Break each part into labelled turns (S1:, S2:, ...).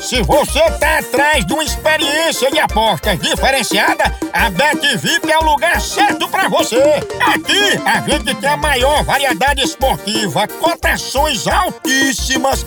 S1: Se você tá atrás de uma experiência de apostas diferenciada, a BetVip é o lugar certo pra você. Aqui a gente tem a maior variedade esportiva, cotações altíssimas,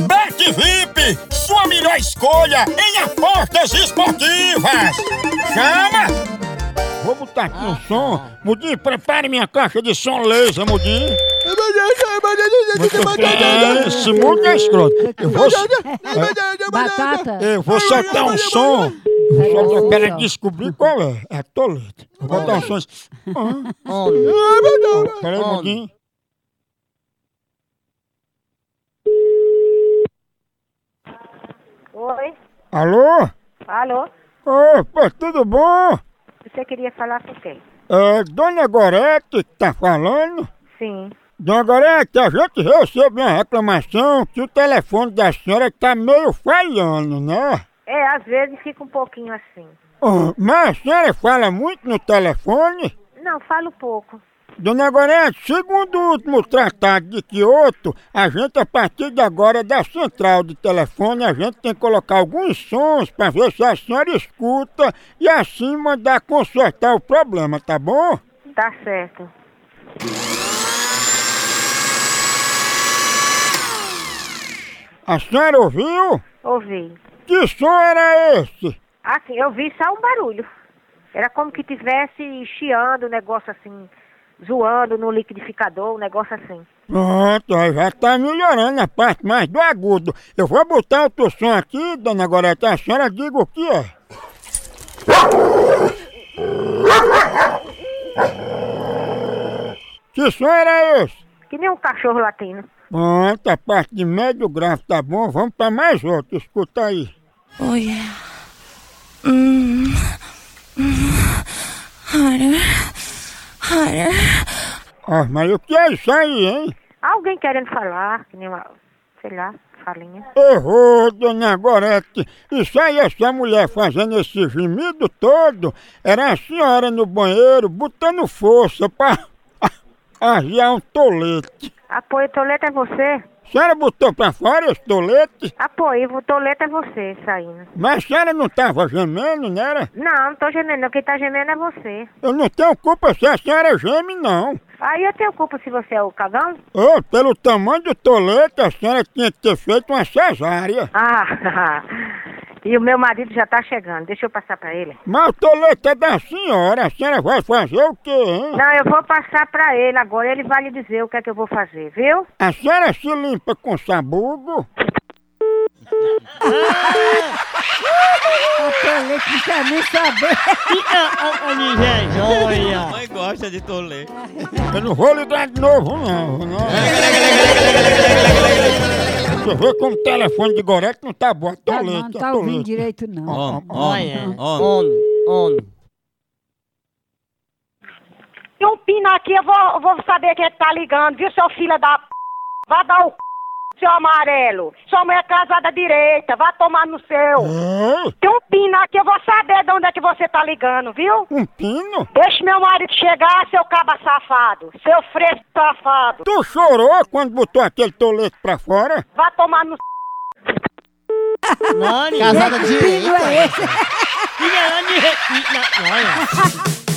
S1: Bet VIP, sua melhor escolha em apostas esportivas. Chama! Vou botar aqui um som. Mudim, prepare minha caixa de som laser, Mudim. Esse mundo é escroto. Eu vou,
S2: Batata.
S1: eu vou soltar um som.
S2: Vai
S1: Só
S2: fazer
S1: que
S2: som.
S1: para descobrir qual é. É a toleta. Eu vou botar um som. Ah, assim. Peraí, Mudim.
S3: Oi,
S1: Alô?
S3: alô?
S1: Opa, tudo bom?
S3: Você queria falar com quem?
S1: É Dona Gorete que tá falando?
S3: Sim.
S1: Dona Gorete, a gente recebeu uma reclamação que o telefone da senhora tá meio falhando, né?
S3: É, às vezes fica um pouquinho assim.
S1: Ah, mas a senhora fala muito no telefone?
S3: Não, falo pouco.
S1: Dona Gorete, segundo o último tratado de Quioto, a gente a partir de agora da central de telefone, a gente tem que colocar alguns sons para ver se a senhora escuta e assim mandar consertar o problema, tá bom?
S3: Tá certo.
S1: A senhora ouviu?
S3: Ouvi.
S1: Que som era esse?
S3: Assim, eu vi só um barulho. Era como que tivesse chiando, um negócio assim, zoando no liquidificador, um negócio assim.
S1: Pronto, aí já tá melhorando a parte mais do agudo. Eu vou botar outro som aqui, dona Goreta, a senhora diga o que é. Que som era esse?
S3: Que nem um cachorro latino.
S1: Pronto, a parte de médio grave tá bom, vamos pra mais outro, escuta aí.
S4: Oh yeah. Mm. Mm. Harder. Harder.
S1: Ah, mas o que é isso aí, hein?
S3: Alguém querendo falar, que nem uma, sei lá, falinha.
S1: Errou, dona Gorete. Isso aí, essa mulher fazendo esse gemido todo, era a senhora no banheiro botando força pra arriar um tolete.
S3: Apoio Toledo é você?
S1: A senhora botou pra fora esse tolete,
S3: Apoio, o Toledo é você saindo.
S1: mas a senhora não tava gemendo, né? era?
S3: Não, não tô gemendo, não. quem tá gemendo é você.
S1: Eu não tenho culpa se a senhora geme, não.
S3: Aí eu tenho culpa se você é o cagão?
S1: Ô, pelo tamanho do tolete, a senhora tinha que ter feito uma cesárea.
S3: Ah, e o meu marido já tá chegando. Deixa eu passar pra ele.
S1: Mas o tolete é da senhora, a senhora vai fazer o quê, hein?
S3: Não, eu vou passar pra ele agora. Ele vai lhe dizer o que é que eu vou fazer, viu?
S1: A senhora se limpa com sabugo?
S2: Não quer nem saber.
S5: Mãe gosta de tolê.
S1: Eu não vou ligar de novo, não. não. Você vê como o telefone de Gorete não tá bom.
S2: Tá,
S1: Atolete,
S2: não tá ouvindo
S1: atolete.
S2: direito, não.
S5: On,
S6: é.
S5: on, on.
S6: On, on.
S3: Se um pino aqui, eu vou, vou saber quem é que tá ligando, viu, seu filho da p. Vá dar o c, seu amarelo. Sua mãe é casada direita, vá tomar no seu.
S1: Ei,
S3: Tem um pino aqui, eu vou saber de onde é que você tá ligando, viu?
S1: um pino?
S3: Deixa meu marido chegar, seu caba safado. Seu fresco safado.
S1: Tu chorou quando botou aquele tolete pra fora?
S3: Vá tomar no c.
S6: Nani.
S2: Que
S6: Casada
S2: pingo é esse?
S6: de...